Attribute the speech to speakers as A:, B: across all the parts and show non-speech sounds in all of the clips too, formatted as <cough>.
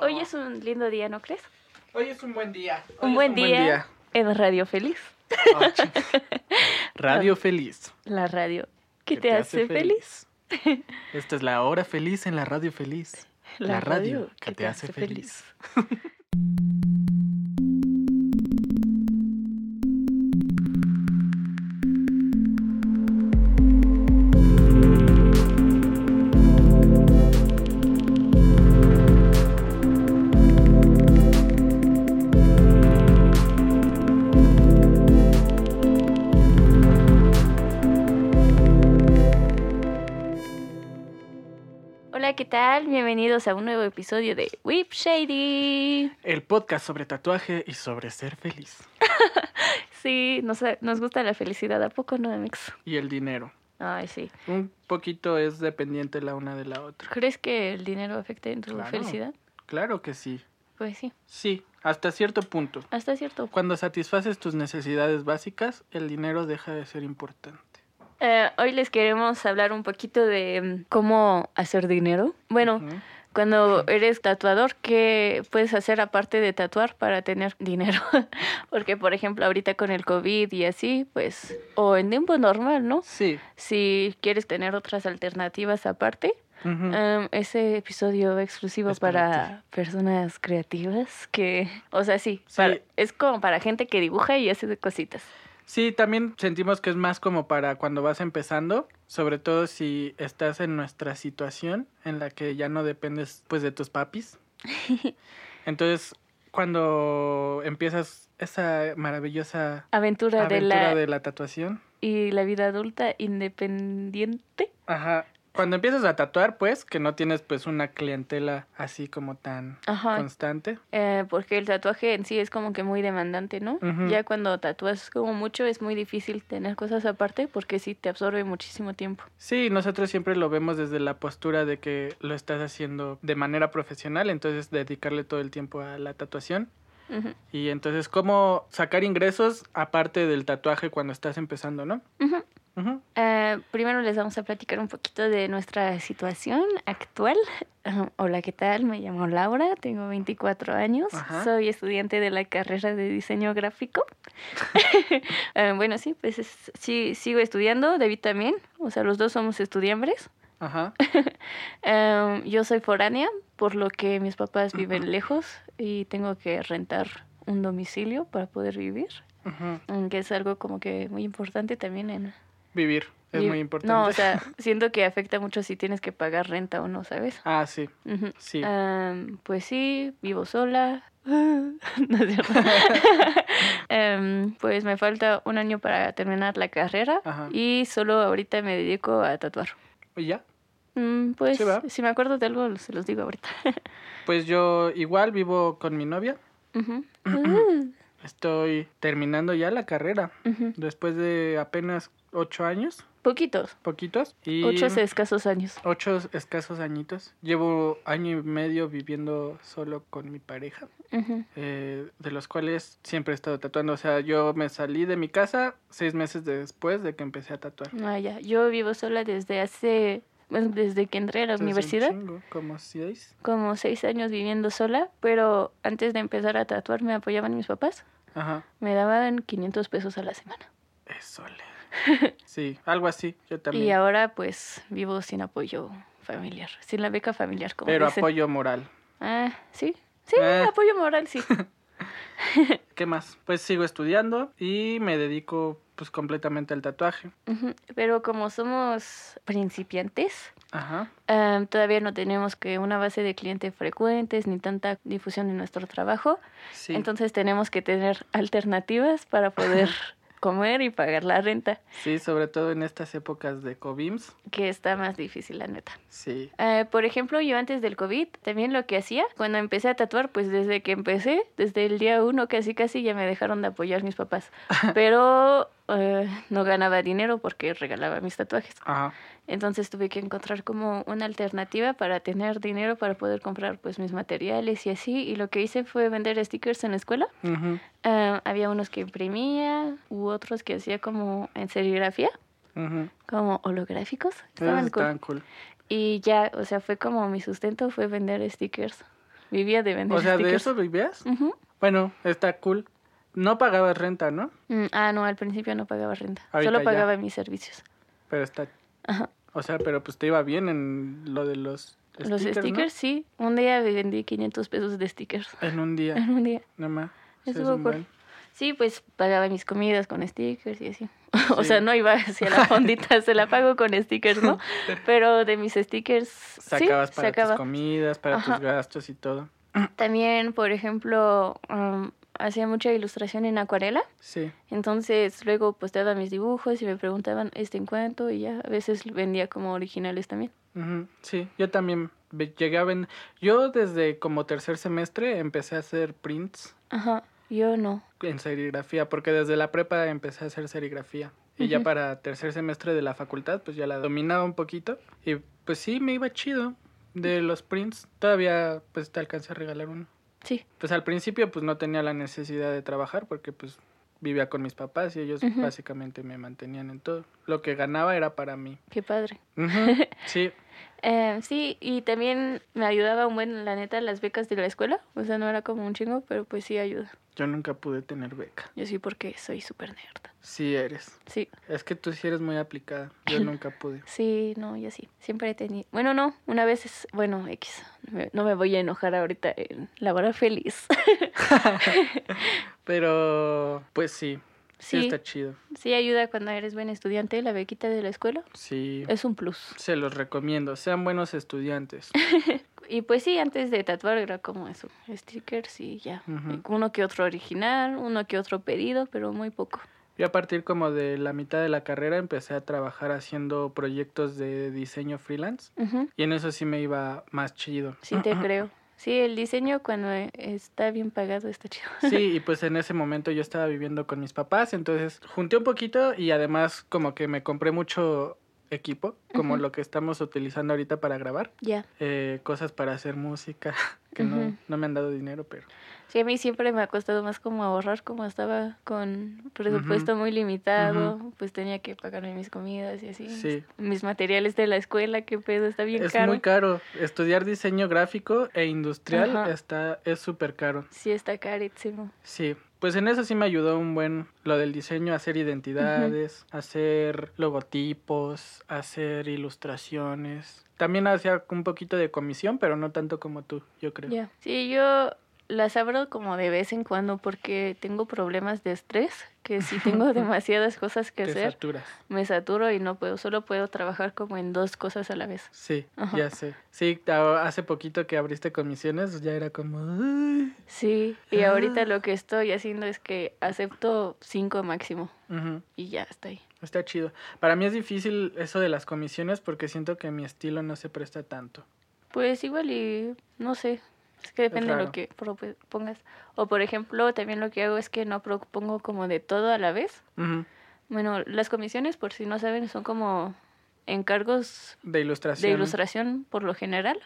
A: Hoy es un lindo día, ¿no crees?
B: Hoy es un buen día. Hoy
A: Un
B: es
A: buen día en Radio Feliz.
C: Ah,
A: <laughs>
C: ching. Radio Feliz.
A: La radio que
C: que
A: te, hace feliz.
C: feliz. Esta es la hora feliz en la radio feliz. La, radio, que te, hace feliz.
A: Hola, ¿qué tal? Bienvenidos a un nuevo episodio de Whip Shady.
C: El podcast sobre tatuaje y sobre ser feliz.
A: Sí, nos, nos gusta la felicidad, ¿a poco no, Amix?
C: Y el dinero.
A: Ay, sí.
C: Un poquito es dependiente la una de la otra.
A: ¿Crees que el dinero afecte en tu
C: Claro.
A: felicidad?
C: Claro que sí.
A: Pues sí,
C: Sí, hasta cierto punto.
A: hasta cierto punto.
C: Cuando satisfaces tus necesidades básicas, el dinero deja de ser importante.
A: Eh, hoy les queremos hablar un poquito de mm, cómo hacer dinero. Bueno,
C: Ujú.
A: cuando eres tatuador, ¿qué puedes hacer aparte de tatuar para tener <laughs> dinero? Porque, por ejemplo, ahorita con el COVID y así, pues, o en tiempo normal, ¿no?
C: Sí.
A: Si quieres tener otras alternativas aparte,
C: Ujú.
A: em, ese episodio va exclusivo
C: Mm. Es
A: para,
C: para
A: personas creativas que, o sea, sí,
C: Sí.
A: para- es como para gente que dibuja y hace cositas.
C: Sí, también sentimos que es más como para cuando vas empezando, sobre todo si estás en nuestra situación en la que ya no dependes pues de tus <laughs> papis. Entonces, cuando empiezas esa maravillosa
A: Aventura,
C: aventura de
A: de
C: la,
A: la
C: tatuación,
A: y la vida adulta independiente.
C: ajá, cuando empiezas a tatuar pues que no tienes pues una clientela así como tan
A: Ajá.
C: constante.
A: Eh, porque el tatuaje en sí es como que muy demandante, ¿no?
C: Ujú.
A: Ya cuando tatúas como mucho es muy difícil tener cosas aparte porque sí te absorbe muchísimo tiempo.
C: Sí, nosotros siempre lo vemos desde la postura de que lo estás haciendo de manera profesional, entonces dedicarle todo el tiempo a la tatuación.
A: Ujú.
C: Y entonces, ¿cómo sacar ingresos aparte del tatuaje cuando estás empezando, no?
A: Ujú.
C: Ujú.
A: Eh, primero les vamos a platicar un poquito de nuestra situación actual. <laughs> Ajá. Hola, ¿qué tal? Me llamo Laura, tengo 24 años,
C: Ajá.
A: soy estudiante de la carrera de diseño
C: <laughs>
A: gráfico. Eh, bueno, sí, pues es- sí, sigo estudiando, David también, o sea, los dos somos estudiambres.
C: Ajá.
A: Em, yo soy foránea, por lo que mis papás viven lejos y tengo que rentar un domicilio para poder vivir,
C: Ujú.
A: em, que es algo como que muy importante también en...
C: Vivir es
A: vi-
C: muy importante.
A: No, o sea, siento que afecta mucho si tienes que pagar renta o no, ¿sabes?
C: <laughs> Ah, sí,
A: Ujú.
C: sí.
A: Em, pues sí, vivo sola. <laughs> No
C: <laughs>
A: es cierto. Em, pues me falta un año para terminar la carrera
C: Ajá.
A: y solo ahorita me dedico a tatuar.
C: ¿Y ya?
A: Mm, pues
C: Sí, ¿verdad?
A: si me acuerdo de algo, se los digo ahorita.
C: Pues yo igual vivo con mi novia.
A: Ujú.
C: Estoy terminando ya la carrera.
A: Ujú.
C: Después de apenas ocho años,
A: Poquitos.
C: poquitos. Y
A: Ocho escasos años.
C: ocho escasos añitos. Llevo año y medio viviendo solo con mi pareja.
A: Ujú.
C: eh, de los cuales siempre he estado tatuando. O sea, yo me salí de mi casa seis meses después de que empecé a tatuar.
A: Ah, ya. Yo vivo sola desde hace. bueno, desde que entré a la
C: Entonces, un
A: universidad.
C: chingo, como seis.
A: Como seis años viviendo sola, pero antes de empezar a tatuar me apoyaban mis papás.
C: Ajá.
A: Me daban 500 pesos a la semana.
C: Eso <laughs> Sí, algo así. Yo también.
A: Y ahora, pues, vivo sin apoyo familiar. Sin la beca familiar, como
C: Pero
A: dicen.
C: apoyo moral.
A: Ah, sí. Sí,
C: Ah.
A: apoyo moral, sí. <laughs>
C: ¿Qué más? Pues sigo estudiando y me dedico pues completamente al tatuaje.
A: Ujú. Pero como somos principiantes,
C: Ajá.
A: Em, todavía no tenemos que una base de clientes frecuentes ni tanta difusión en nuestro trabajo.
C: Sí.
A: Entonces tenemos que tener alternativas para poder comer y pagar la renta,
C: sí, sobre todo en estas épocas de COVIMS.
A: que está más difícil, la neta.
C: Sí.
A: Eh, por ejemplo, yo antes del COVID también lo que hacía, cuando empecé a tatuar, pues desde que empecé, desde el día uno casi casi ya me dejaron de apoyar mis papás. Pero eh, no ganaba dinero porque regalaba mis tatuajes.
C: Ajá.
A: Entonces tuve que encontrar como una alternativa para tener dinero para poder comprar pues mis materiales y así. Y lo que hice fue vender stickers en la escuela.
C: Ujú,
A: Ah, había unos que imprimía u otros que hacía como en serigrafía,
C: ujú.
A: como holográficos.
C: Esos
A: Estaban cool.
C: estaban cool.
A: Y ya, o sea, fue como mi sustento fue vender stickers. Vivía de vender
C: O sea, ¿de
A: stickers.
C: eso vivías?
A: Ujú.
C: Bueno, está cool. No pagabas renta, ¿no?
A: Mm, ah, no, al principio no pagaba renta.
C: Ahorita
A: Solo
C: ya.
A: pagaba mis servicios.
C: Pero está...
A: Ajá.
C: O sea, pero pues te iba bien en lo de los stickers,
A: Los
C: ¿no?
A: stickers, sí. Un día vendí 500 pesos de stickers.
C: En un día,
A: En un día.
C: nomás.
A: Eso me acuerdo. Sí, pues pagaba mis comidas con stickers y así. <laughs> O
C: Sí.
A: sea, no iba hacia la fondita, se la pago con
C: <laughs>
A: stickers, ¿no? Pero de mis stickers sí,
C: Sacabas para
A: sacaba.
C: tus comidas, para
A: Ajá.
C: tus gastos y todo.
A: También, por ejemplo, um, hacía mucha ilustración en acuarela.
C: Sí.
A: Entonces luego posteaba mis dibujos y me preguntaban este en cuánto y ya a veces vendía como originales también.
C: Ujú, Sí, yo también ve- llegué a vender. Yo desde como tercer semestre empecé a hacer prints
A: Ajá, yo no.
C: en serigrafía, porque desde la prepa empecé a hacer serigrafía. Y ya
A: Ujú.
C: para tercer semestre de la facultad, pues ya la dominaba un poquito. Y pues sí, me iba chido de los prints. Todavía pues te alcancé a regalar uno.
A: Sí,
C: Pues al principio pues no tenía la necesidad de trabajar porque pues vivía con mis papás y ellos
A: Ujú.
C: básicamente me mantenían en todo. Lo que ganaba era para mí.
A: qué padre.
C: Ujú,
A: <laughs>
C: Sí,
A: Eh, sí, y también me ayudaba un buen, la neta, las becas de la escuela. O sea, no era como un chingo, pero pues sí ayuda.
C: yo nunca pude tener beca.
A: Yo sí porque soy súper nerd.
C: Sí eres.
A: Sí,
C: Es que tú sí eres muy aplicada.
A: <laughs>
C: Yo nunca pude.
A: sí, no, yo sí. Siempre he tenido... Bueno, no, una vez es... Bueno, X. No me, no me voy a enojar ahorita en la vara feliz. <laughs>
C: Pero pues sí, sí,
A: Sí,
C: está chido.
A: sí ayuda cuando eres buen estudiante, la bequita de la escuela.
C: Sí,
A: Es un plus.
C: se los recomiendo. Sean buenos
A: <laughs>
C: estudiantes.
A: Y pues sí, antes de tatuar era como eso, stickers y ya.
C: Ujú.
A: Uno que otro original, uno que otro pedido, pero muy poco.
C: Yo a partir como de la mitad de la carrera empecé a trabajar haciendo proyectos de diseño freelance.
A: Ujú,
C: Y en eso sí me iba más chido.
A: Sí, te creo. Sí, el diseño cuando eh, está bien pagado está chido.
C: Sí, y pues en ese momento yo estaba viviendo con mis papás, entonces junté un poquito y además como que me compré mucho equipo, como
A: Ujú.
C: lo que estamos utilizando ahorita para grabar,
A: <laughs> Ya.
C: eh, cosas para hacer música, <laughs> que
A: Ujú.
C: no, no me han dado dinero, pero...
A: Sí, a mí siempre me ha costado más como ahorrar, como estaba con presupuesto muy limitado, pues tenía que pagarme mis comidas y así.
C: Sí.
A: Mis materiales de la escuela, qué pedo, está bien
C: es
A: caro.
C: muy caro. Estudiar diseño gráfico e industrial
A: Ajá.
C: está, es súper caro.
A: Sí, está carísimo.
C: Sí, pues en eso sí me ayudó un buen lo del diseño, hacer identidades, hacer logotipos, hacer ilustraciones. También hacía un poquito de comisión, pero no tanto como tú, yo creo.
A: Ya. Sí, yo las abro como de vez en cuando porque tengo problemas de estrés, que
C: <laughs>
A: si tengo demasiadas cosas que
C: Te
A: hacer,
C: saturas.
A: me saturo y no puedo, solo puedo trabajar como en dos cosas a la vez.
C: Sí,
A: Ajá.
C: ya sé. Sí, a- hace poquito que abriste comisiones, ya era como... "Ay".
A: Sí, y ahorita
C: Ah.
A: lo que estoy haciendo es que acepto cinco máximo
C: Ujú,
A: y ya está ahí.
C: Está chido. Para mí es difícil eso de las comisiones porque siento que mi estilo no se presta tanto.
A: Pues igual y no sé, es que depende de
C: raro.
A: lo que propongas. O por ejemplo, también lo que hago es que no propongo como de todo a la vez.
C: Ujú,
A: Bueno, las comisiones, por si no saben, son como encargos
C: De
A: de
C: ilustración.
A: ilustración por lo general.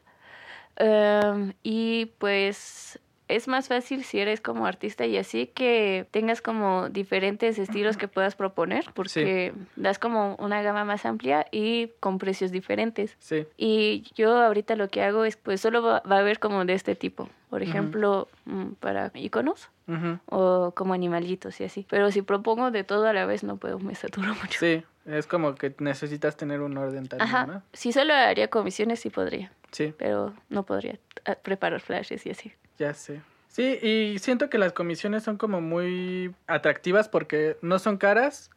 A: Em, y pues es más fácil si eres como artista y así que tengas como diferentes estilos que puedas proponer porque das como una gama más amplia y con precios diferentes.
C: Sí.
A: Y yo ahorita lo que hago es pues solo va, va a haber como de este tipo, por
C: Ujú.
A: ejemplo, mm, para iconos
C: ujú.
A: o como animalitos y así. Pero si propongo de todo a la vez no puedo, me saturo <laughs> mucho.
C: Sí, es como que necesitas tener un orden también,
A: Ajá,
C: ¿no?
A: si solo haría comisiones sí podría.
C: Sí,
A: pero no podría ah, preparar flashes y así.
C: ya sé. Sí, y siento que las comisiones son como muy atractivas porque no son caras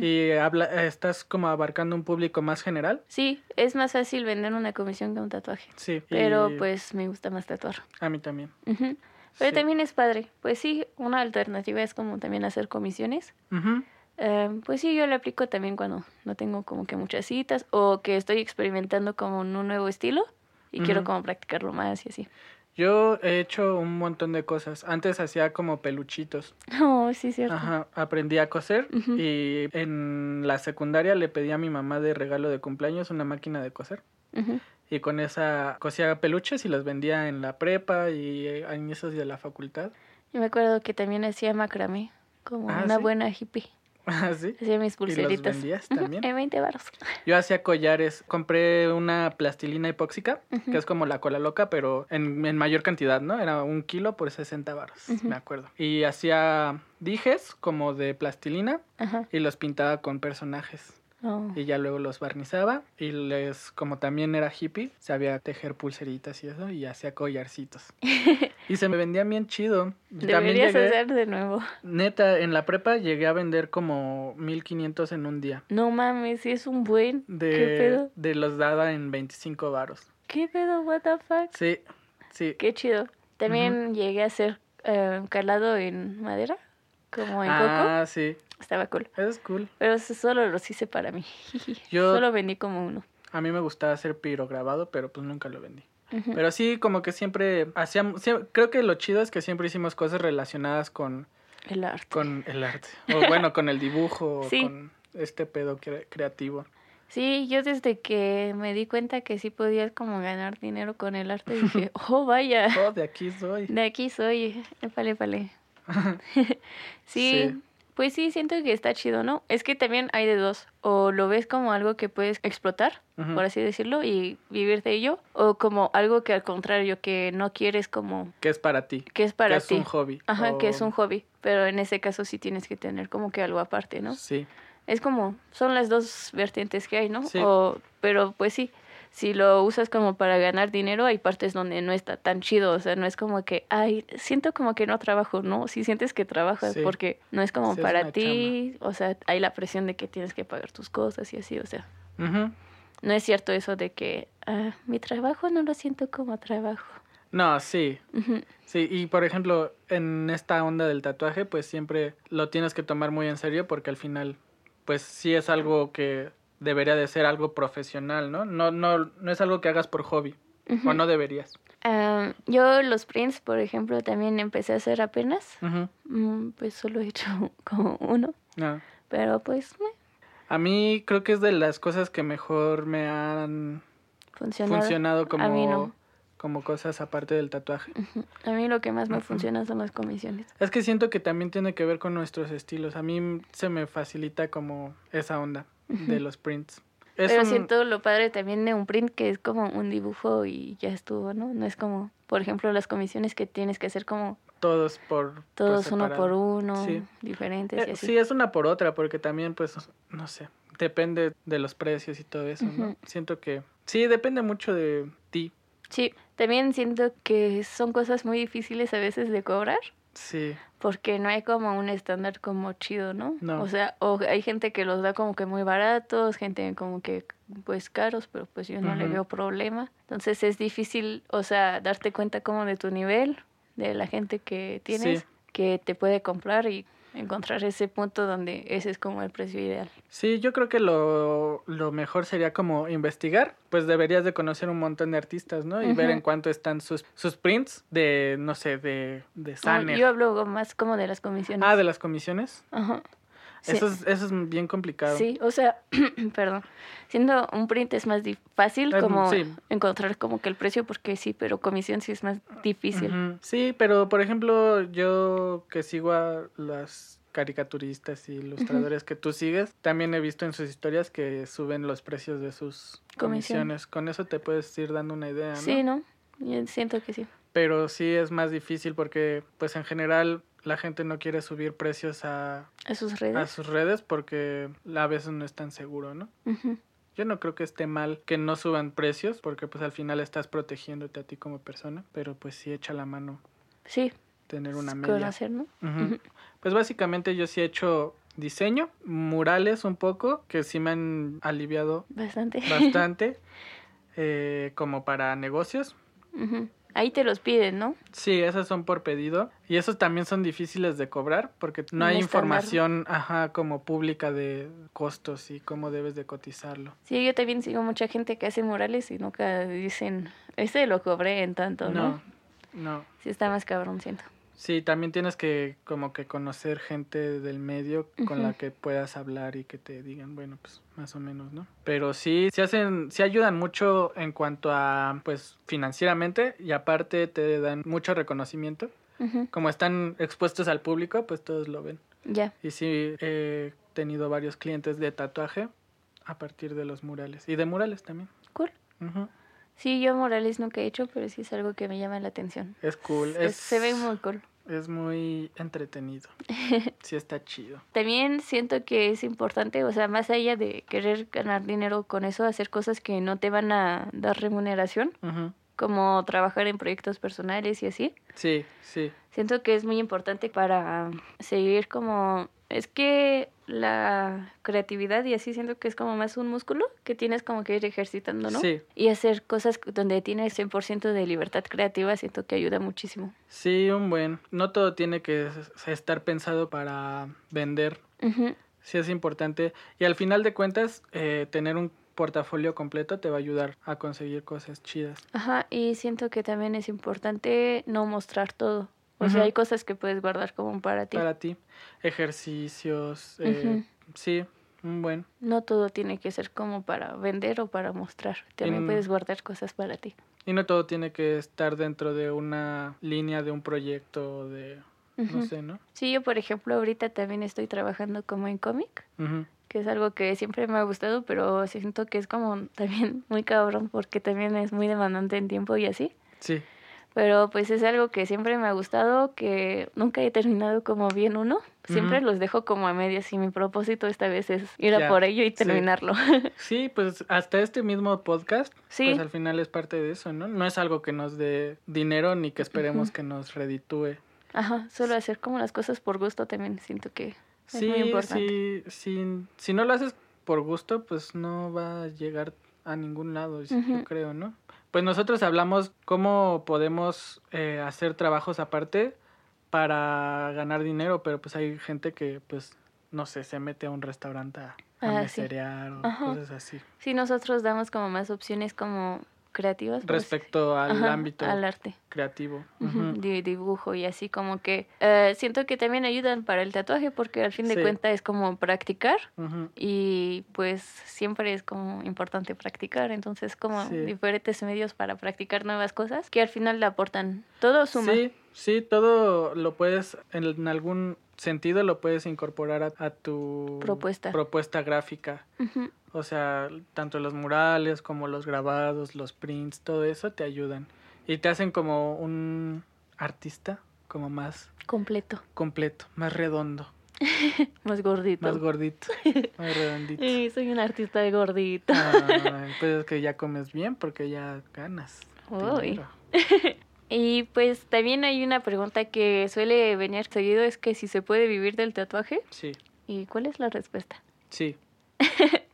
C: y habla, estás como abarcando un público más general.
A: Sí, es más fácil vender una comisión que un tatuaje,
C: Sí. y
A: pero pues me gusta más tatuar.
C: A mí también.
A: Ujú. Pero
C: sí.
A: también es padre, pues sí, una alternativa es como también hacer comisiones.
C: Ujú,
A: Eh, pues sí, yo lo aplico también cuando no tengo como que muchas citas o que estoy experimentando como en un nuevo estilo y quiero
C: Ujú.
A: como practicarlo más y así. <laughs>
C: Yo he hecho un montón de cosas. Antes hacía como peluchitos.
A: Oh, sí, cierto.
C: Ajá, aprendí a coser
A: Ujú.
C: y en la secundaria le pedí a mi mamá de regalo de cumpleaños una máquina de coser.
A: Ujú.
C: Y con esa cosía peluches y los vendía en la prepa y eh, a inicios de la facultad. <laughs>
A: Yo me acuerdo que también hacía macramé, como
C: Ah,
A: una
C: ¿sí?
A: buena hippie.
C: Así.
A: Hacía mis
C: los
A: pulseritas.
C: vendías
A: Ujú,
C: también?
A: En
C: <laughs>
A: 20 baros.
C: Yo hacía collares. Compré una plastilina hipóxica,
A: Ujú.
C: que es como la cola loca, pero en, en mayor cantidad, ¿no? Era un kilo por 60 baros,
A: Ujú.
C: me acuerdo. Y hacía dijes como de plastilina <laughs>
A: Ajá.
C: y los pintaba con personajes.
A: Oh.
C: Y ya luego los barnizaba y les, como también era hippie, sabía tejer pulseritas y eso y hacía
A: <laughs>
C: collarcitos. y se me vendían bien chido. Y También
A: Deberías
C: llegué,
A: hacer de nuevo.
C: neta, en la prepa llegué a vender como 1500 en un día.
A: No mames, sí es un buen. ¿Qué
C: De,
A: pedo?
C: de los dada en 25 varos.
A: ¿Qué pedo? ¿What the fuck?
C: Sí, sí.
A: Qué chido. También llegué a hacer eh, calado en madera, como en
C: Ah, sí.
A: coco. Estaba cool.
C: Eso es cool.
A: Pero eso solo los hice para mí.
C: Yo-
A: Solo vendí como uno.
C: A mí me gustaba hacer pirograbado, pero pues nunca lo vendí.
A: Ujú.
C: Pero sí, como que siempre hacíamos, sie- creo que lo chido es que siempre hicimos cosas relacionadas con,
A: El arte.
C: con el arte.
A: <laughs>
C: O bueno, con el dibujo, o
A: Sí.
C: con este pedo cre- creativo.
A: Sí, yo desde que me di cuenta que sí podías como ganar dinero con el arte,
C: <laughs>
A: dije, oh, vaya,
C: Oh, de aquí soy.
A: de aquí soy, épale, <laughs> pale. sí,
C: Sí.
A: pues sí, siento que está chido, ¿no? Es que también hay de dos, o lo ves como algo que puedes explotar,
C: Ujú.
A: por así decirlo, y vivir de ello, o como algo que al contrario, que no quieres como,
C: Que es para ti.
A: que es para
C: que es
A: ti.
C: un hobby.
A: Ajá, que es
C: o-
A: un hobby, pero en ese caso sí tienes que tener como que algo aparte, ¿no?
C: Sí.
A: Es como, son las dos vertientes que hay, ¿no?
C: Sí.
A: O, pero pues sí, si lo usas como para ganar dinero, hay partes donde no está tan chido, o sea, no es como que, ay, siento como que no trabajo, ¿no? Si sientes que trabajas
C: Sí.
A: porque no es como
C: Sí, es
A: para
C: una
A: ti, o sea, hay la presión de que tienes que pagar tus cosas y así, o sea,
C: Ujú.
A: no es cierto eso de que, ah, mi trabajo no lo siento como trabajo.
C: No, sí.
A: Ujú.
C: Sí, y por ejemplo, en esta onda del tatuaje, pues siempre lo tienes que tomar muy en serio porque al final, pues sí es algo que debería de ser algo profesional, ¿no? No, no, no es algo que hagas por hobby,
A: Ujú.
C: o no deberías.
A: Ah, yo los prints, por ejemplo, también empecé a hacer apenas,
C: Ujú.
A: Mm, pues solo he hecho <laughs> como uno,
C: No.
A: pero pues... meh.
C: A mí creo que es de las cosas que mejor me han
A: funcionado.
C: funcionado como,
A: A mí no.
C: como cosas aparte del tatuaje.
A: Ujú. A mí lo que más me
C: Ujú.
A: funciona son las comisiones.
C: Es que siento que también tiene que ver con nuestros estilos. A mí se me facilita como esa onda de los prints. Es
A: Pero
C: un-
A: siento lo padre también de un print que es como un dibujo y ya estuvo, ¿no? No es como, por ejemplo, las comisiones que tienes que hacer como
C: todos por por
A: todos uno
C: separado.
A: por uno,
C: Pues Sí.
A: diferentes y
C: Eh,
A: así.
C: sí es una por otra porque también pues no sé depende de los precios y todo eso no
A: Ujú.
C: siento que sí depende mucho de ti
A: Sí, también siento que son cosas muy difíciles a veces de cobrar.
C: sí
A: Porque no hay como un estándar como chido, ¿no?
C: No.
A: O sea, o hay gente que los da como que muy baratos, gente como que pues caros, pero pues yo no le
C: Ujú.
A: veo problema. Entonces es difícil, o sea, darte cuenta como de tu nivel, de la gente que tienes,
C: Sí.
A: que te puede comprar y encontrar ese punto donde ese es como el precio ideal.
C: sí yo creo que lo, lo mejor sería como investigar pues deberías de conocer un montón de artistas no y ver
A: Ujú.
C: en cuánto están sus sus prints de no sé de de
A: Ah,
C: Sanner
A: Yo hablo más como de las comisiones.
C: ah de las comisiones
A: Ajá. Sí.
C: eso es eso es bien complicado
A: Sí, o sea, <clears throat> perdón, siendo un print es más dif- fácil
C: Em,
A: como
C: sí.
A: encontrar como que el precio porque sí, pero comisión sí es más difícil.
C: Ujú. Sí, pero por ejemplo, yo que sigo a las caricaturistas y ilustradores que tú sigues, también he visto en sus historias que suben los precios de sus
A: Comisión.
C: comisiones. Con eso te puedes ir dando una idea, ¿no?
A: Sí, ¿no? Yo siento que sí.
C: Pero sí es más difícil porque, pues en general, la gente no quiere subir precios a,
A: A sus
C: a
A: redes.
C: sus redes porque a veces no es tan seguro, ¿no?
A: Ujú.
C: Yo no creo que esté mal que no suban precios porque pues al final estás protegiéndote a ti como persona, pero pues sí echa la mano
A: Sí,
C: tener una media.
A: conocer, ¿no?
C: Ujú.
A: Ujú.
C: Pues básicamente yo sí he hecho diseño, murales un poco, que sí me han aliviado
A: Bastante.
C: bastante, eh, como para negocios.
A: <laughs> Ujú. Ahí te los piden, ¿no?
C: Sí, esas son por pedido. Y esos también son difíciles de cobrar porque no
A: Un
C: hay
A: estándar.
C: información ajá, como pública de costos y cómo debes de cotizarlo.
A: Sí, yo también sigo mucha gente que hace murales y nunca dicen, este lo cobré en tanto, ¿no?
C: No, no.
A: Sí, está más cabrón, siento.
C: Sí, también tienes que como que conocer gente del medio con la
A: Ujú.
C: que puedas hablar y que te digan, bueno, pues más o menos, ¿no? Pero sí, se hacen, sí ayudan mucho en cuanto a, pues, financieramente y aparte te dan mucho reconocimiento.
A: Ujú.
C: Como están expuestos al público, pues todos lo ven.
A: Ya.
C: Y sí, eh, tenido varios clientes de tatuaje a partir de los murales. Y de murales también.
A: Cool.
C: Ujú.
A: Sí, yo murales nunca he hecho, pero sí es algo que me llama la atención.
C: Es cool.
A: Es-
C: Es,
A: se ve muy cool.
C: es muy
A: <laughs>
C: entretenido. sí, está chido.
A: También siento que es importante, o sea, más allá de querer ganar dinero con eso, hacer cosas que no te van a dar remuneración,
C: Ujú.
A: como trabajar en proyectos personales y así.
C: Sí, sí.
A: Siento que es muy importante para seguir como... Es que la creatividad y así siento que es como más un músculo que tienes como que ir ejercitando, ¿no?
C: Sí.
A: Y hacer cosas donde tienes 100% de libertad creativa siento que ayuda muchísimo.
C: Sí, un buen. No todo tiene que s- estar pensado para vender.
A: Ujú.
C: Sí es importante. Y al final de cuentas, eh, tener un portafolio completo te va a ayudar a conseguir cosas chidas.
A: Ajá, y siento que también es importante no mostrar todo. O sea,
C: Ujú.
A: hay cosas que puedes guardar como para ti.
C: Para ti. Ejercicios. eh, Sí, un buen.
A: No todo tiene que ser como para vender o para mostrar. También
C: Mm.
A: puedes guardar cosas para ti.
C: Y no todo tiene que estar dentro de una línea de un proyecto de...
A: Ujú.
C: No sé, ¿no?
A: Sí, yo por ejemplo ahorita también estoy trabajando como en cómic,
C: Ujú.
A: que es algo que siempre me ha gustado, pero siento que es como <laughs> también muy cabrón porque también es muy demandante en tiempo y así.
C: Sí.
A: Pero pues es algo que siempre me ha gustado, que nunca he terminado como bien uno. Siempre
C: Ujú.
A: los dejo como a medias y mi propósito esta vez es ir a
C: Ya,
A: por ello y
C: sí.
A: terminarlo.
C: Sí, pues hasta este mismo podcast,
A: <laughs> Sí.
C: pues al final es parte de eso, ¿no? No es algo que nos dé dinero ni que esperemos que nos reditúe.
A: Ajá, solo hacer como las cosas por gusto también siento que es
C: Sí,
A: muy importante.
C: sí, sí, si no lo haces por gusto, pues no va a llegar a ningún lado, yo
A: Ujú.
C: creo, ¿no? Pues nosotros hablamos cómo podemos eh, hacer trabajos aparte para ganar dinero, pero pues hay gente que, pues, no sé, se mete a un restaurante a, a
A: Ah, sí.
C: meserear o
A: Ajá.
C: cosas así,
A: Sí, nosotros damos como más opciones como creativas. por así-
C: respecto al
A: Pues, Ajá,
C: ámbito
A: Al arte.
C: creativo.
A: ujú,
C: Ujú.
A: De dibujo y así como que eh, siento que también ayudan para el tatuaje porque al fin de
C: Sí.
A: cuentas es como practicar
C: Ujú.
A: y pues siempre es como importante practicar, entonces como
C: Sí.
A: diferentes medios para practicar nuevas cosas que al final le aportan todo suma.
C: Sí, sí, todo lo puedes, en, en algún sentido lo puedes incorporar a, a tu
A: Propuesta.
C: propuesta gráfica.
A: Ujú,
C: O sea, tanto los murales como los grabados, los prints, todo eso te ayudan. Y te hacen como un artista, como más
A: Completo,
C: completo, más redondo,
A: más gordito.
C: más
A: <laughs>
C: gordito, más redondito.
A: Sí, soy un artista de gordito.
C: Ay, pues es que ya comes bien porque ya ganas.
A: Uy.
C: dinero.
A: Y pues también hay una pregunta que suele venir seguido, es que si se puede vivir del tatuaje.
C: Sí,
A: ¿Y cuál es la respuesta? <laughs>
C: sí.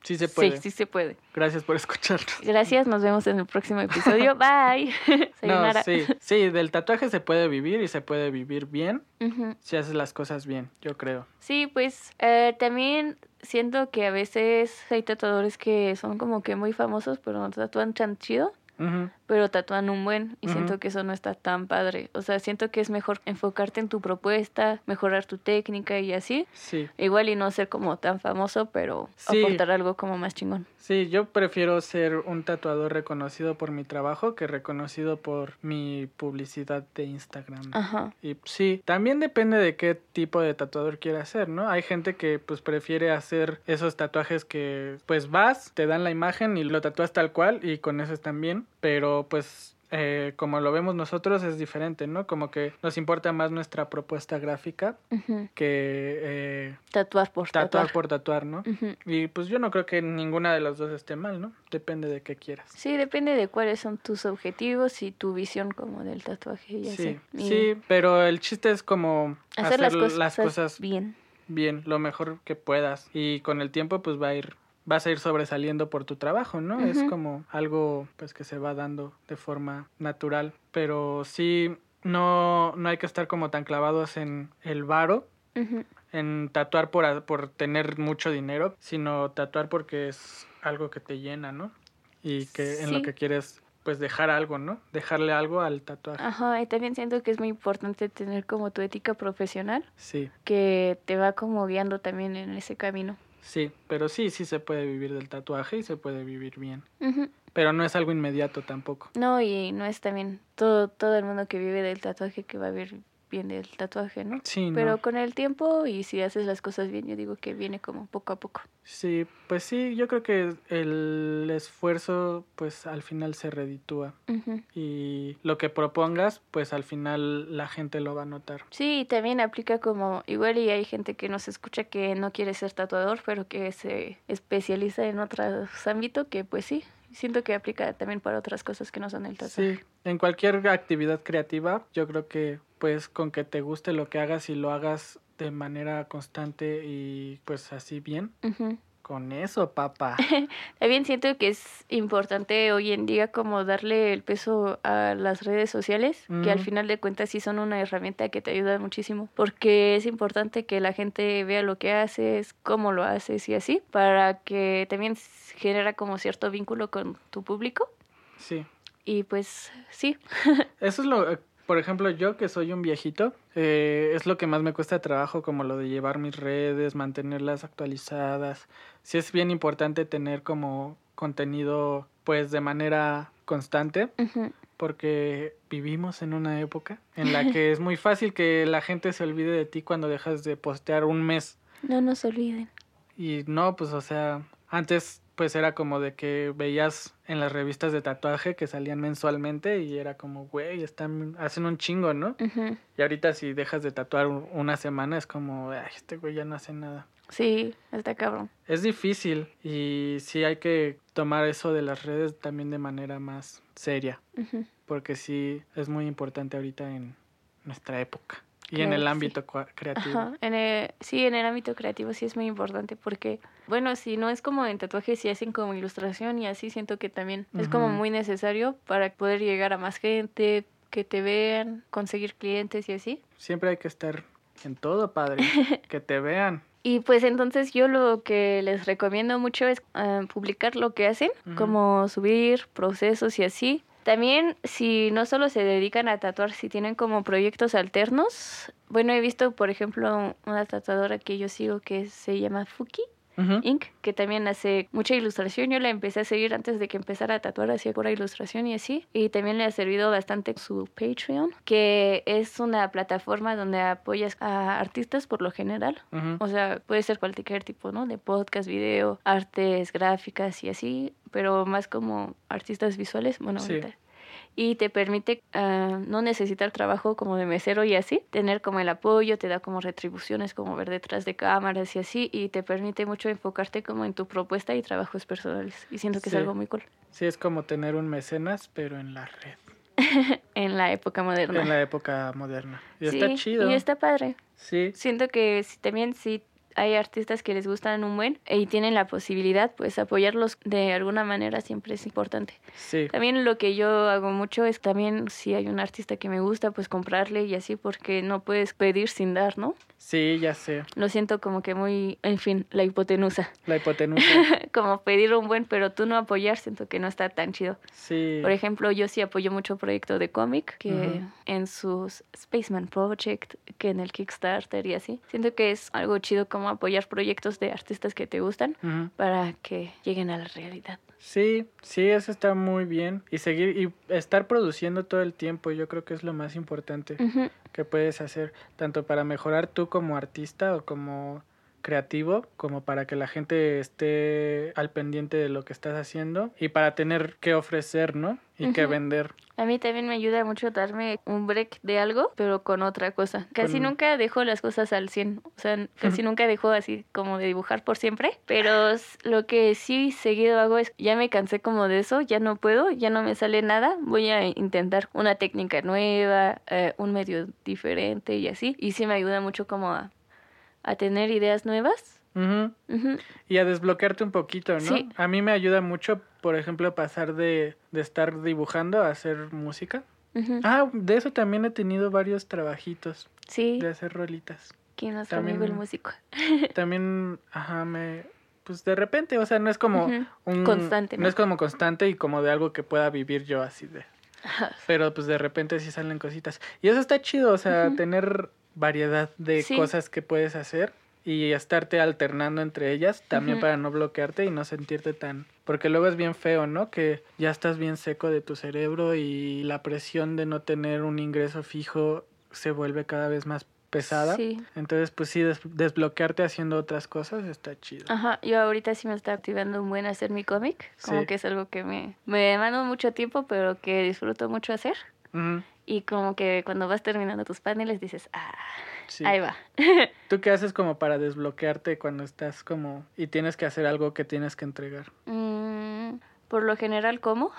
C: Sí se puede.
A: Sí, sí se puede.
C: Gracias por escucharnos.
A: Gracias, nos vemos en el
C: <laughs>
A: próximo episodio. Bye. <laughs> Sayonara.
C: No, sí, sí, del tatuaje se puede vivir y se puede vivir bien
A: Ujú.
C: si haces las cosas bien, yo creo.
A: Sí, pues eh, también siento que a veces hay tatuadores que son como que muy famosos, pero no tatúan tan chido,
C: Ujú,
A: pero tatúan un buen y
C: Ujú.
A: siento que eso no está tan padre. O sea, siento que es mejor enfocarte en tu propuesta, mejorar tu técnica y así.
C: Sí,
A: Igual y no ser como tan famoso, pero
C: Sí.
A: aportar algo como más chingón.
C: sí, yo prefiero ser un tatuador reconocido por mi trabajo que reconocido por mi publicidad de Instagram.
A: Ajá.
C: Y sí, también depende de qué tipo de tatuador quieras hacer, ¿no? Hay gente que pues prefiere hacer esos tatuajes que pues vas, te dan la imagen y lo tatúas tal cual y con eso están bien, pero pues eh, como lo vemos nosotros es diferente, ¿no? Como que nos importa más nuestra propuesta gráfica
A: Ujú.
C: que eh,
A: Tatuar por tatuar.
C: tatuar por tatuar, ¿no?
A: Ujú.
C: Y pues yo no creo que ninguna de las dos esté mal, ¿no? Depende de qué quieras.
A: Sí, depende de cuáles son tus objetivos y tu visión como del tatuaje y
C: Sí,
A: así. Y
C: sí, pero el chiste es como
A: hacer, las cosas,
C: las cosas
A: bien.
C: bien, lo mejor que puedas. Y con el tiempo, pues va a ir, vas a ir sobresaliendo por tu trabajo, ¿no? Es
A: Ujú.
C: como algo pues que se va dando de forma natural. Pero sí, no, no hay que estar como tan clavados en el varo,
A: Ujú.
C: en tatuar por, a- por tener mucho dinero, sino tatuar porque es algo que te llena, ¿no? Y que en lo
A: Sí.
C: que quieres, pues dejar algo, ¿no? Dejarle algo al tatuaje.
A: Ajá, y también siento que es muy importante tener como tu ética profesional
C: Sí,
A: que te va como guiando también en ese camino.
C: sí, pero sí, sí se puede vivir del tatuaje y se puede vivir bien.
A: Ujú.
C: Pero no es algo inmediato tampoco.
A: No, y no es también todo, todo el mundo que vive del tatuaje que va a vivir bien el tatuaje, ¿no?
C: Sí,
A: Pero
C: no.
A: con el tiempo y si haces las cosas bien, yo digo que viene como poco a poco.
C: Sí, pues sí, yo creo que el esfuerzo pues al final se reditúa
A: Ujú.
C: y lo que propongas pues al final la gente lo va a notar.
A: Sí, y también aplica como igual y hay gente que nos escucha que no quiere ser tatuador, pero que se especializa en otros ámbitos que pues sí, siento que aplica también para otras cosas que no son el tatuaje.
C: Sí, en cualquier actividad creativa yo creo que pues con que te guste lo que hagas y lo hagas de manera constante y pues así bien,
A: Ujú.
C: con eso papá.
A: También siento que es importante hoy en día como darle el peso a las redes sociales, que al
C: Mm.
A: final de cuentas sí son una herramienta que te ayuda muchísimo, porque es importante que la gente vea lo que haces, cómo lo haces y así, para que también s- genera como cierto vínculo con tu público.
C: Sí.
A: Y pues sí,
C: Eso es lo, eh, por ejemplo, yo que soy un viejito, eh, es lo que más me cuesta trabajo, como lo de llevar mis redes, mantenerlas actualizadas. Sí es bien importante tener como contenido, pues de manera constante,
A: ujú,
C: porque vivimos en una época en la que es muy fácil que la gente se olvide de ti cuando dejas de postear un mes.
A: no nos olviden.
C: Y no, pues o sea, antes pues era como de que veías en las revistas de tatuaje que salían mensualmente y era como, güey, están, hacen un chingo, ¿no?
A: Ujú.
C: Y ahorita si dejas de tatuar un- una semana es como, ay, este güey ya no hace nada.
A: Sí, está cabrón.
C: Es difícil y sí hay que tomar eso de las redes también de manera más seria,
A: Ujú.
C: porque sí es muy importante ahorita en nuestra época y
A: Claro
C: en el
A: que sí.
C: ámbito cua- creativo.
A: Ajá, en el- sí, en el ámbito creativo sí es muy importante porque, bueno, si no es como en tatuaje, si hacen como ilustración y así, siento que también es como
C: Ujú.
A: muy necesario para poder llegar a más gente, que te vean, conseguir clientes y así.
C: Siempre hay que estar en todo, padre,
A: <laughs>
C: que te vean.
A: Y pues entonces yo lo que les recomiendo mucho es eh, publicar lo que hacen,
C: Ujú.
A: como subir procesos y así. También si no solo se dedican a tatuar, si tienen como proyectos alternos. Bueno, he visto, por ejemplo, una tatuadora que yo sigo que se llama Fuki
C: Ujú.
A: Inc., que también hace mucha ilustración. Yo la empecé a seguir antes de que empezara a tatuar, hacía pura ilustración y así. Y también le ha servido bastante su Patreon, que es una plataforma donde apoyas a artistas por lo general.
C: Ujú.
A: O sea, puede ser cualquier tipo, ¿no? De podcast, video, artes gráficas y así, pero más como artistas visuales, bueno,
C: Sí.
A: ahorita. Y te permite ah, no necesitar trabajo como de mesero y así, tener como el apoyo, te da como retribuciones, como ver detrás de cámaras y así, y te permite mucho enfocarte como en tu propuesta y trabajos personales. Y siento que
C: Sí.
A: es algo muy cool
C: Sí, es como tener un mecenas, pero en la red,
A: en la época moderna.
C: en la época moderna. Y
A: Sí,
C: está chido.
A: Y está padre.
C: Sí,
A: Siento que si- también si hay artistas que les gustan un buen y tienen la posibilidad, pues apoyarlos de alguna manera siempre es importante.
C: sí.
A: También lo que yo hago mucho es también si hay un artista que me gusta, pues comprarle y así porque no puedes pedir sin dar, ¿no?
C: Sí, ya sé.
A: Lo siento como que muy, en fin, la hipotenusa. <laughs>
C: La hipotenusa.
A: como pedir un buen, pero tú no apoyar, siento que no está tan chido.
C: Sí.
A: Por ejemplo, yo sí apoyo mucho proyecto de cómic, que
C: Ujú.
A: en sus Spaceman Project, que en el Kickstarter y así. Siento que es algo chido como apoyar proyectos de artistas que te gustan
C: Ujú.
A: para que lleguen a la realidad.
C: Sí, sí, eso está muy bien. Y seguir y estar produciendo todo el tiempo, yo creo que es lo más importante
A: Ujú,
C: que puedes hacer, tanto para mejorar tú como artista o como creativo, como para que la gente esté al pendiente de lo que estás haciendo y para tener que ofrecer, ¿no? Y que
A: Ujú.
C: vender.
A: A mí también me ayuda mucho darme un break de algo, pero con otra cosa. Casi
C: Con-
A: nunca dejo las cosas al 100, o sea, casi nunca dejo así como de dibujar por siempre, pero s- lo que sí seguido hago es, ya me cansé como de eso, ya no puedo, ya no me sale nada, voy a intentar una técnica nueva, eh, un medio diferente y así, y sí me ayuda mucho como a, a tener ideas nuevas.
C: Ujú.
A: Ujú.
C: Y a desbloquearte un poquito, ¿no?
A: Sí.
C: A mí me ayuda mucho, por ejemplo, pasar de, de estar dibujando a hacer música.
A: Ujú.
C: Ah, de eso también he tenido varios trabajitos,
A: Sí,
C: de hacer rolitas.
A: que nuestro amigo el
C: también-
A: músico.
C: también, ajá, me, pues de repente, o sea, no es como
A: Ujú.
C: un
A: Constante,
C: no
A: ¿no?
C: es como constante y como de algo que pueda vivir yo así de, pero pues de repente sí salen cositas y eso está chido, o sea,
A: Ujú.
C: tener variedad de
A: Sí.
C: cosas que puedes hacer y estarte alternando entre ellas también
A: Ujú.
C: para no bloquearte y no sentirte tan porque luego es bien feo, ¿no? Que ya estás bien seco de tu cerebro y la presión de no tener un ingreso fijo se vuelve cada vez más pesada.
A: Sí.
C: Entonces, pues sí, des- desbloquearte haciendo otras cosas está chido.
A: Ajá, yo ahorita sí me está activando un buen hacer mi cómic, como
C: Sí.
A: que es algo que me, me demanda mucho tiempo, pero que disfruto mucho hacer.
C: Ujú,
A: Y como que cuando vas terminando tus paneles dices, ah,
C: sí.
A: ahí va.
C: ¿Tú qué haces como para desbloquearte cuando estás como y tienes que hacer algo que tienes que entregar?
A: Mm, por lo general,
C: <laughs>
A: ¿cómo?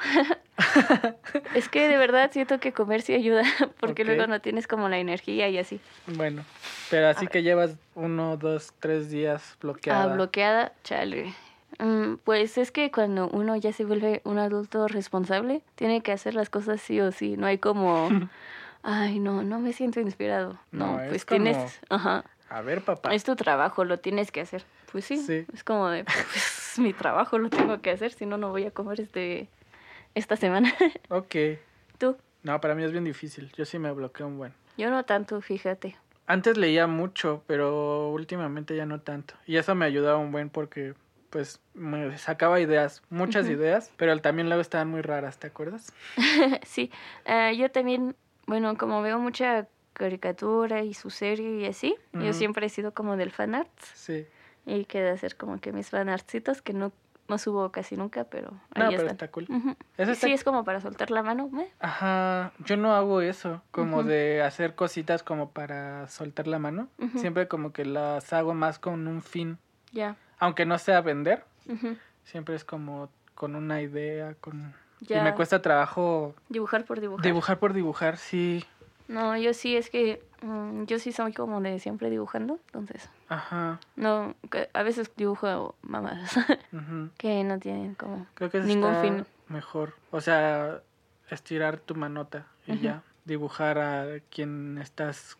A: es que de verdad siento que comer sí ayuda, <laughs> porque
C: Ok.
A: luego no tienes como la energía y así.
C: Bueno, pero así que llevas uno, dos, tres días
A: Ah,
C: bloqueada.
A: bloqueada, chale. Mm, pues es que cuando uno ya se vuelve un adulto responsable, tiene que hacer las cosas sí o sí. No
C: <laughs>
A: hay como, ay, no, no me siento inspirado. No,
C: No, es
A: pues
C: como-
A: tienes, ajá,
C: A ver, papá.
A: es tu trabajo, lo tienes que hacer. Pues sí,
C: Sí.
A: es como de, pues <laughs> mi trabajo lo tengo que hacer, si no, no voy a comer este, esta semana. <laughs>
C: Ok.
A: Tú,
C: No, para mí es bien difícil. Yo sí me bloqueo un buen.
A: yo no tanto, fíjate.
C: Antes leía mucho, pero últimamente ya no tanto. Y eso me ayudaba un buen porque pues me sacaba ideas, muchas
A: Ujú.
C: ideas, pero también luego estaban muy raras, ¿te acuerdas?
A: sí, ah, yo también, bueno, como veo mucha caricatura y su serie y así,
C: Ujú.
A: yo siempre he sido como del fanart.
C: Sí.
A: Y que de hacer como que mis fanartcitos que no, no subo casi nunca, pero
C: No,
A: ahí
C: pero
A: están.
C: está cool.
A: Ujú.
C: Eso está
A: Sí, es como para soltar la mano. meh.
C: Ajá, yo no hago eso, como
A: Ujú.
C: de hacer cositas como para soltar la mano.
A: Ujú.
C: Siempre como que las hago más con un fin,
A: Ya.
C: aunque no sea vender,
A: Ujú.
C: siempre es como con una idea, con...
A: Ya.
C: Y me cuesta trabajo
A: Dibujar por dibujar.
C: dibujar por dibujar, sí.
A: No, yo sí es que mm, yo sí soy como de siempre dibujando, entonces.
C: Ajá.
A: No, que a veces dibujo mamadas <laughs>
C: ujú.
A: que no tienen como.
C: Creo que eso
A: Ningún
C: está
A: fin.
C: mejor. O sea, estirar tu manota y
A: Ujú.
C: ya. Dibujar a quien estás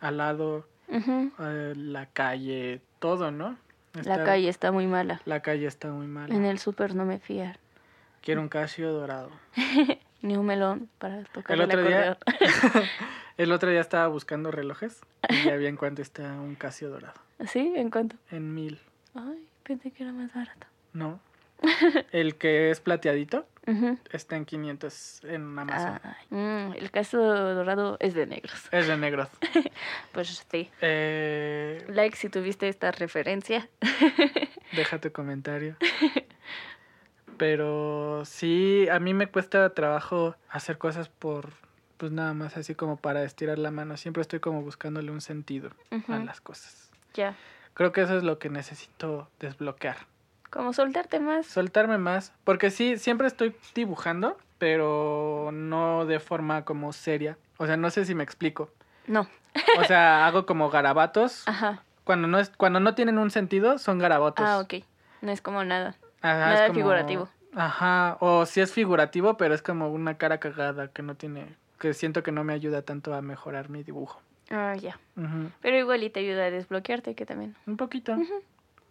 C: al lado,
A: Ujú.
C: eh, la calle, todo, ¿no?
A: La
C: Estar-
A: calle está muy mala.
C: La calle está muy mala.
A: En el súper no me fiar.
C: Quiero un casio dorado. <laughs>
A: Ni un melón para tocar
C: El
A: el,
C: otro día-
A: acordeón. <laughs>
C: El otro día estaba buscando relojes y ya vi en cuánto está un casio dorado.
A: ¿Sí? ¿En cuánto?
C: En mil,
A: Ay, pensé que era más barato. <laughs>
C: ¿no? El que es plateadito
A: Ujú.
C: está en 500 en Amazon.
A: Ay, mm, el caso dorado es de negros.
C: Es de negros.
A: Pues sí.
C: Eh,
A: Like si tuviste esta referencia.
C: deja tu
A: <laughs>
C: comentario. Pero sí, a mí me cuesta trabajo hacer cosas por, pues nada más así como para estirar la mano. Siempre estoy como buscándole un sentido a
A: Ujú.
C: las cosas.
A: Ya.
C: Creo que eso es lo que necesito desbloquear.
A: Como soltarte más.
C: Soltarme más. Porque sí, siempre estoy dibujando, pero no de forma como seria. O sea, no sé si me explico.
A: No.
C: O
A: <laughs>
C: sea, hago como garabatos.
A: Ajá.
C: Cuando no, es, cuando no tienen un sentido, son garabatos.
A: Ah, ok. No es como nada.
C: Ajá,
A: Nada figurativo.
C: Ajá. O sí es figurativo, pero es como una cara cagada que no tiene. Que siento que no me ayuda tanto a mejorar mi dibujo.
A: Ah, ya.
C: Ujú.
A: Pero igual y te ayuda a desbloquearte, que también.
C: Un poquito.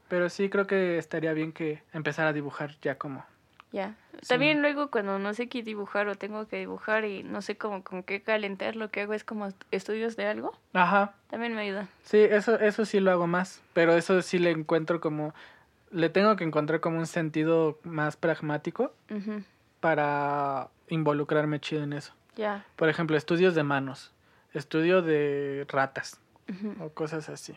C: Pero sí creo que estaría bien que empezara a dibujar ya como.
A: Ya.
C: Sí.
A: También luego cuando no sé qué dibujar o tengo que dibujar y no sé cómo con qué calentar, lo que hago es como estudios de algo.
C: Ajá.
A: También me ayuda.
C: Sí, eso, eso sí lo hago más, pero eso sí le encuentro como, le tengo que encontrar como un sentido más pragmático
A: Ujú.
C: para involucrarme chido en eso.
A: Ya.
C: Por ejemplo, estudios de manos, estudio de ratas
A: Ujú.
C: o cosas
A: <laughs>
C: así.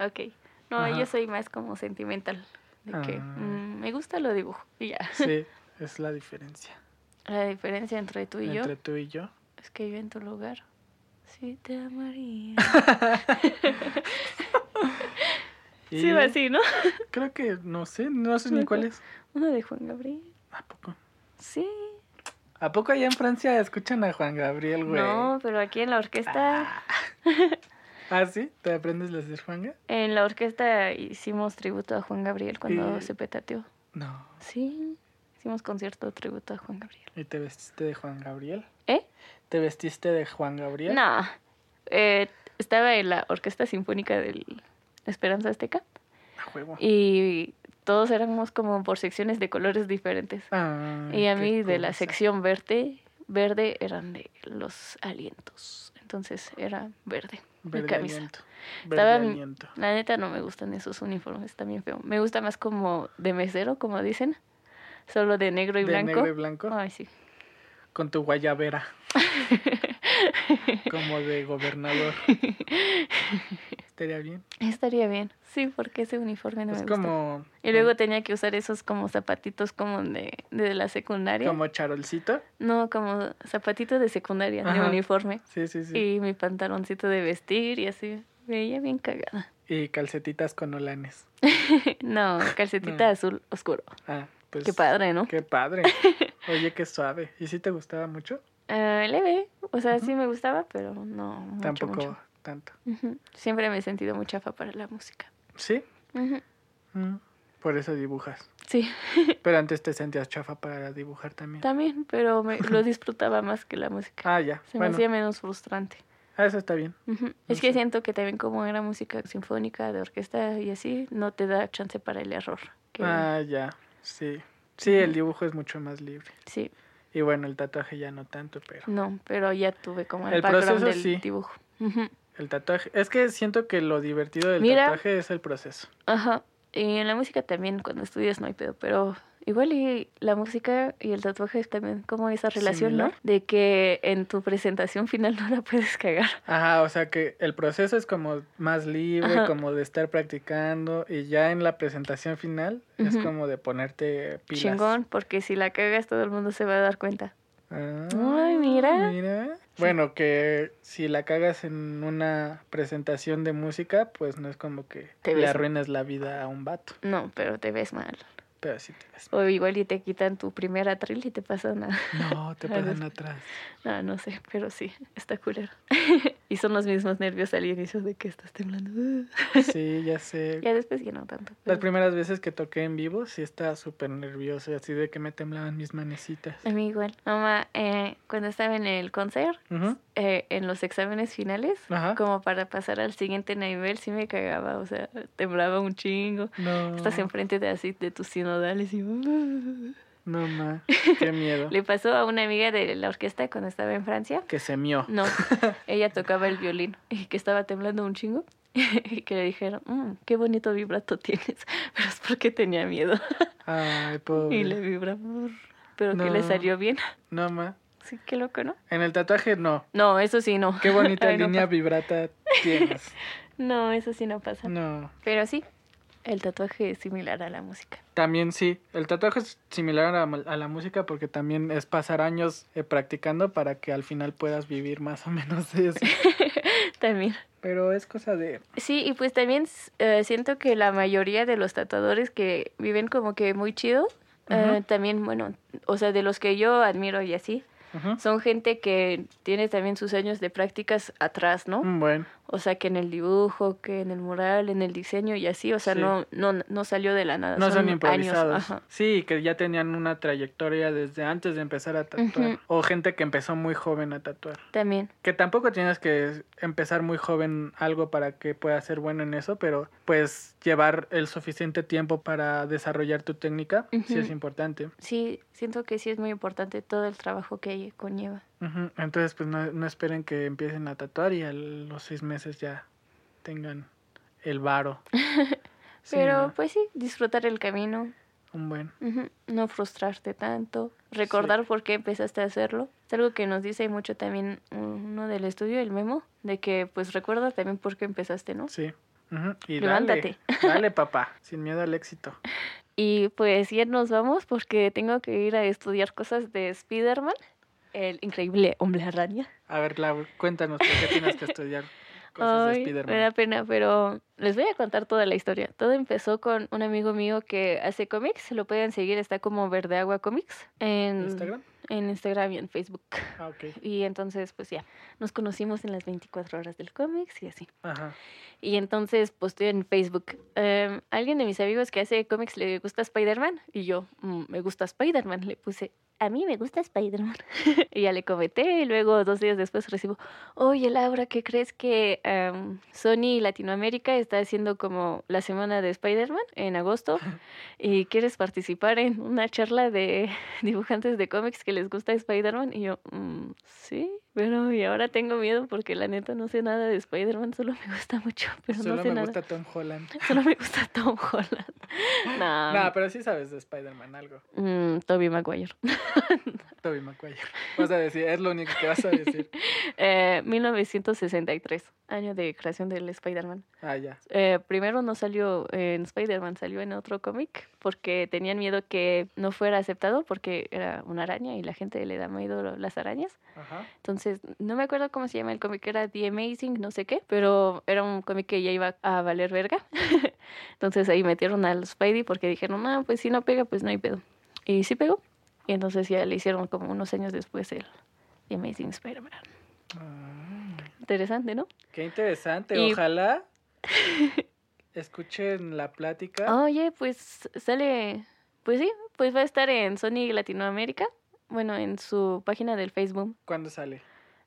A: Ok. No,
C: Ajá.
A: yo soy más como sentimental. De que
C: Ah.
A: mm, me gusta lo dibujo. Y ya.
C: Sí, es la diferencia
A: La diferencia entre tú y yo
C: entre tú y yo.
A: es que yo en tu lugar. Sí, te amaría.
C: Y
A: Sí, va así, ¿no?
C: Creo que, no sé, no sé ni cuál es.
A: Uno de Juan Gabriel.
C: ¿A poco?
A: Sí.
C: ¿A poco allá en Francia escuchan a Juan Gabriel, güey?
A: No, pero aquí en la orquesta,
C: Ah. <laughs> ¿Ah, sí? ¿Te aprendes las de Juanga?
A: en la orquesta hicimos tributo a Juan Gabriel cuando
C: Y-
A: se petateó.
C: No.
A: Sí. Hicimos concierto tributo a Juan Gabriel.
C: ¿Y te vestiste de Juan Gabriel?
A: ¿Eh?
C: ¿Te vestiste de Juan Gabriel?
A: No. Eh, estaba en la Orquesta Sinfónica del Esperanza Azteca.
C: A huevo.
A: y todos éramos como por secciones de colores diferentes.
C: Ay,
A: y a
C: Ah, qué
A: mí de la
C: cosa.
A: sección verde, verde eran de los alientos. Entonces era verde.
C: Verde
A: camisa.
C: aliento. Verde
A: Estaban-
C: aliento.
A: La neta no me gustan esos uniformes, está bien feo. Me gusta más como de mesero, como dicen. Solo de negro y Ah.
C: De
A: blanco.
C: negro y blanco.
A: <laughs> Ay, sí.
C: Con tu guayabera. como de gobernador. Estaría bien.
A: Estaría bien. Sí, porque ese uniforme no
C: es
A: me gusta.
C: como,
A: Y luego tenía que usar esos como zapatitos como de, de la secundaria.
C: como charolcito.
A: No, como zapatitos de secundaria,
C: Ajá.
A: de uniforme.
C: Sí, sí, sí.
A: Y mi pantaloncito de vestir y así. Me veía bien cagada. <laughs>
C: Y, calcetitas con olanes. <laughs>
A: no, calcetita
C: No.
A: azul oscuro.
C: Ah, pues.
A: Qué padre, ¿no?
C: Qué
A: <laughs>
C: padre. Oye, qué suave. ¿Y si te gustaba mucho?
A: Ah, leve. O sea, sí me gustaba, pero no. mucho,
C: Tampoco
A: mucho.
C: tanto.
A: Ujú. Siempre me he sentido muy chafa para la música.
C: ¿Sí?
A: Ujú.
C: Mm, Por eso dibujas.
A: Sí,
C: Pero antes te sentías chafa para dibujar también.
A: también, pero me-
C: <laughs>
A: lo disfrutaba más que la música.
C: Ah, ya.
A: Se me
C: Bueno,
A: hacía menos frustrante.
C: ah, eso está bien.
A: Ujú. Es
C: sé.
A: que siento que también como era música sinfónica, de orquesta y así, no te da chance para el error. que-
C: Ah, ya. Sí. Sí, el dibujo es mucho más libre.
A: Sí,
C: Y bueno, el tatuaje ya no tanto, pero
A: no, pero ya tuve como el,
C: El
A: background
C: proceso
A: del
C: sí.
A: dibujo. Ujú.
C: el tatuaje. Es que siento que lo divertido del
A: Mira.
C: tatuaje es el proceso.
A: Ajá. Y en la música también, cuando estudias no hay pedo, pero igual y la música y el tatuaje es también como esa relación,
C: Similar.
A: ¿no? De que en tu presentación final <laughs> no la puedes cagar.
C: Ajá, o sea que el proceso es como más libre,
A: Ajá.
C: como de estar practicando. Y ya en la presentación final es
A: Ujú.
C: como de ponerte pilas.
A: Chingón, porque si la cagas todo el mundo se va a dar cuenta.
C: Ah,
A: Ay, mira.
C: mira. Bueno, que si la cagas en una presentación de música, pues no es como que
A: Te
C: le
A: ves-
C: arruinas la vida a un vato.
A: No, pero te ves mal.
C: Pero sí te ves.
A: O igual y te quitan tu primer atril y te pasan a...
C: No, te pasan atrás.
A: <laughs> No, no sé, pero sí, está culero. <laughs> y son los mismos nervios al inicio de que estás
C: <laughs>
A: temblando.
C: Sí, ya sé.
A: pues. <laughs> ya después ya no tanto.
C: Las
A: pero-
C: primeras veces que toqué en vivo sí estaba súper nerviosa, así de que me temblaban mis manecitas.
A: A mí igual. Mamá, eh, cuando estaba en el concert,
C: Ujú.
A: eh, en los exámenes finales,
C: Ajá.
A: como para pasar al siguiente nivel, sí me cagaba, o sea, temblaba un chingo.
C: No,
A: Estás enfrente de así, de tus sinodales y... uh,
C: no,
A: <laughs>
C: ma, qué miedo.
A: Le pasó a una amiga de la orquesta cuando estaba en Francia.
C: Que se mió. <laughs>
A: No, ella tocaba el violín y que estaba temblando un chingo. <laughs> Y que le dijeron, "Mm, qué bonito vibrato tienes. <laughs> Pero es porque tenía miedo. <laughs>
C: Ay, pobre.
A: Y le vibra. Pero que le
C: No.
A: salió bien. <laughs>
C: No, ma.
A: Sí, qué loco, ¿no?
C: En el tatuaje no.
A: No, eso sí, no.
C: Qué bonita
A: <laughs> Ay, no pues.
C: línea
A: pasa.
C: vibrata tienes.
A: No, eso sí no pasa.
C: No.
A: Pero sí, el tatuaje es similar a la música. <laughs>
C: También sí, el tatuaje es similar a, la- a la música porque también es pasar años eh, practicando para que al final puedas vivir más o menos de
A: <laughs>
C: eso.
A: También.
C: Pero es cosa de...
A: Sí, y pues también eh, siento que la mayoría de los tatuadores que viven como que muy chido, eh,
C: Ujú.
A: también, bueno, o sea, de los que yo admiro y así,
C: Ujú.
A: son gente que tiene también sus años de prácticas atrás, ¿no?
C: Mm, Bueno,
A: O sea, que en el dibujo, que en el mural, en el diseño y así, o sea,
C: Sí.
A: no, no, no salió de la nada.
C: no son
A: años,
C: improvisados.
A: ajá.
C: sí, que ya tenían una trayectoria desde antes de empezar a tatuar.
A: Ujú.
C: O gente que empezó muy joven a tatuar.
A: También.
C: Que tampoco tienes que empezar muy joven algo para que puedas ser bueno en eso, pero pues llevar el suficiente tiempo para desarrollar tu técnica sí
A: Ujú.
C: es importante.
A: Sí, siento que sí es muy importante todo el trabajo que conlleva.
C: Ujú, Entonces, pues no, no esperen que empiecen a tatuar y a los seis meses ya tengan el
A: <laughs>
C: varo. Sí,
A: Pero
C: ¿no?
A: pues sí, disfrutar el camino,
C: un buen.
A: Ujú, No frustrarte tanto, recordar por qué empezaste a hacerlo. Es algo que nos dice mucho también uno del estudio, el memo, de que pues recuerda también por qué empezaste, ¿no?
C: Sí. Ujú, Y
A: Levántate.
C: Dale, dale, papá, sin miedo al éxito.
A: Y pues ya nos vamos porque tengo que ir a estudiar cosas de Spider-Man, el increíble hombre araña.
C: A ver, Clau, cuéntanos por qué tienes que estudiar cosas de
A: Ay, Me da
C: Spider-Man.
A: pena, pero les voy a contar toda la historia. Todo empezó con un amigo mío que hace cómics, lo pueden seguir, está como Verde Agua Comics en
C: ¿Instagram?
A: en Instagram y en Facebook.
C: Ah, ok.
A: Y entonces, pues ya, nos conocimos en las 24 horas del cómics y así.
C: Ajá.
A: Y entonces posteé en Facebook, em, alguien de mis amigos que hace cómics le gusta Spider-Man. Y yo, "Mm, me gusta Spider-Man. Le puse, a mí me gusta Spider-Man. <laughs> y ya le comenté y luego dos días después recibo, oye Laura, ¿qué crees que em, Sony Latinoamérica está haciendo como la semana de Spider-Man en agosto? ¿Y quieres participar en <laughs> una charla de dibujantes de cómics que les gusta Spider-Man? Y yo, "Mm, sí, Pero y ahora tengo miedo porque la neta no sé nada de Spider-Man, solo me gusta mucho, pero
C: Solo
A: Pues no sé
C: me
A: nada.
C: gusta Tom Holland.
A: <laughs> Solo me gusta Tom Holland. <laughs> No.
C: No, pero sí sabes de Spider-Man algo.
A: Toby mm, Maguire.
C: Toby Maguire. Vas a decir, es lo único que vas a
A: <laughs>
C: decir.
A: Eh, 1963, año de creación del Spider-Man.
C: Ah, ya.
A: Eh, primero no salió en Spider-Man, salió en otro cómic porque tenían miedo que no fuera aceptado porque era una araña y la gente le da miedo lo- las arañas.
C: Ajá.
A: Entonces, no me acuerdo cómo se llama el cómic, era The Amazing, no sé qué, pero era un cómic que ya iba a valer verga. <laughs> entonces ahí metieron al Spidey porque dijeron, no, pues si no pega, pues no hay pedo. Y sí pegó. Y entonces ya le hicieron como unos años después el The Amazing Spider-Man.
C: Ah,
A: Interesante, ¿no?
C: qué interesante.
A: Y-
C: Ojalá escuchen la plática.
A: Oye, pues sale, pues sí, pues va a estar en Sony Latinoamérica, bueno, en su página del Facebook.
C: ¿Cuándo sale?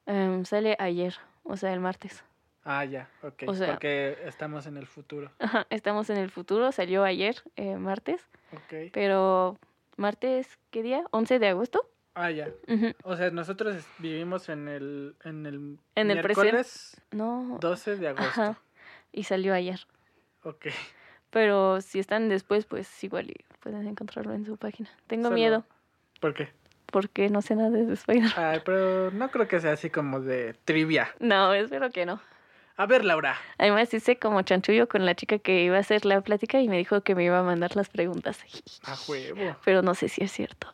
A: Em, sale ayer, o sea, el martes. <laughs>
C: Ah, ya. Ok.
A: O sea-
C: porque estamos en el futuro.
A: Ajá, estamos en el futuro, salió ayer, eh, martes,
C: Ok.
A: pero martes, ¿qué día? 11 de agosto.
C: Ah, ya.
A: Ujú.
C: O sea, nosotros es- vivimos en el, en el,
A: En el presente.
C: miércoles
A: No.
C: 12 de agosto.
A: Ajá. Y salió ayer.
C: Ok.
A: Pero si están después, pues igual y pueden encontrarlo en su página. Tengo
C: Solo-
A: miedo
C: ¿Por qué?
A: porque no sé nada de Spider.
C: Ay, pero no creo que sea así como de trivia.
A: <laughs> No, espero que no.
C: A ver, Laura.
A: Además hice como chanchullo con la chica que iba a hacer la plática y me dijo que me iba a mandar las preguntas.
C: A huevo.
A: Pero no sé si es cierto.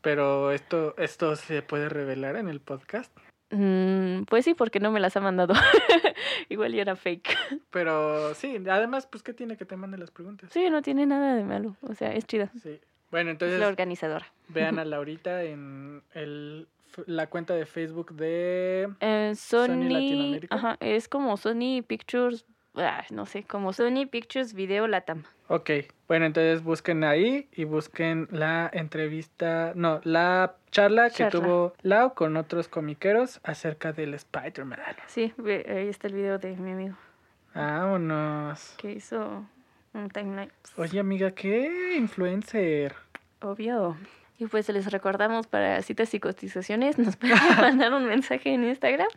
C: Pero esto, esto se puede revelar en el podcast.
A: Mm, pues sí, porque no me las ha mandado. <laughs> Igual y era fake.
C: Pero sí, además, pues, ¿qué tiene que te mande las preguntas?
A: Sí, no tiene nada de malo. O sea, es chida.
C: Sí. Bueno,
A: es la
C: entonces
A: organizadora.
C: vean a Laurita en el, f- la cuenta de Facebook de...
A: Eh, Sony,
C: Sony Latinoamérica.
A: Ajá, es como Sony Pictures, ah, no sé, como Sony Pictures Video Latam.
C: Ok, bueno, entonces busquen ahí y busquen la entrevista, no, la charla que
A: Charla.
C: tuvo Lau con otros comiqueros acerca del Spider-Man.
A: Sí, ve- ahí está el video de mi amigo
C: Vámonos.
A: que hizo un timelapse.
C: Oye, amiga, qué influencer.
A: Obvio. Y pues les recordamos para citas y cotizaciones, nos <laughs> pueden mandar un mensaje en Instagram.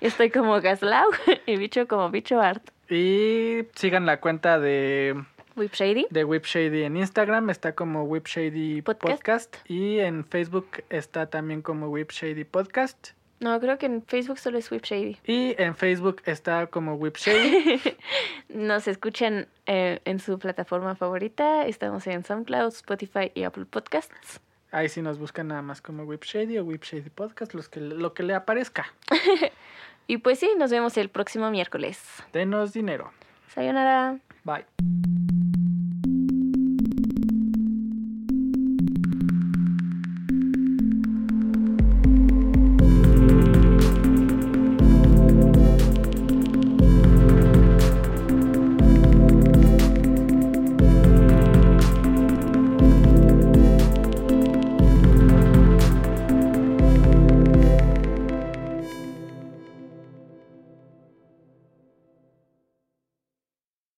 A: Estoy como Gaslau <laughs> y bicho como bicho art.
C: Y sigan la cuenta de
A: Whip Shady.
C: de Whip Shady en Instagram está como Whip Shady
A: Podcast.
C: Podcast. y en Facebook está también como Whip Shady Podcast
A: No, creo que en Facebook solo es Whip Shady.
C: y en Facebook está como Whip Shady.
A: <laughs> Nos escuchan eh, en su plataforma favorita. Estamos en SoundCloud, Spotify y Apple Podcasts.
C: Ahí sí nos buscan nada más como Whip Shady o Whip Shady Podcast, los que lo que le aparezca.
A: Y pues sí, nos vemos el próximo miércoles.
C: Denos dinero.
A: Sayonara.
C: Bye.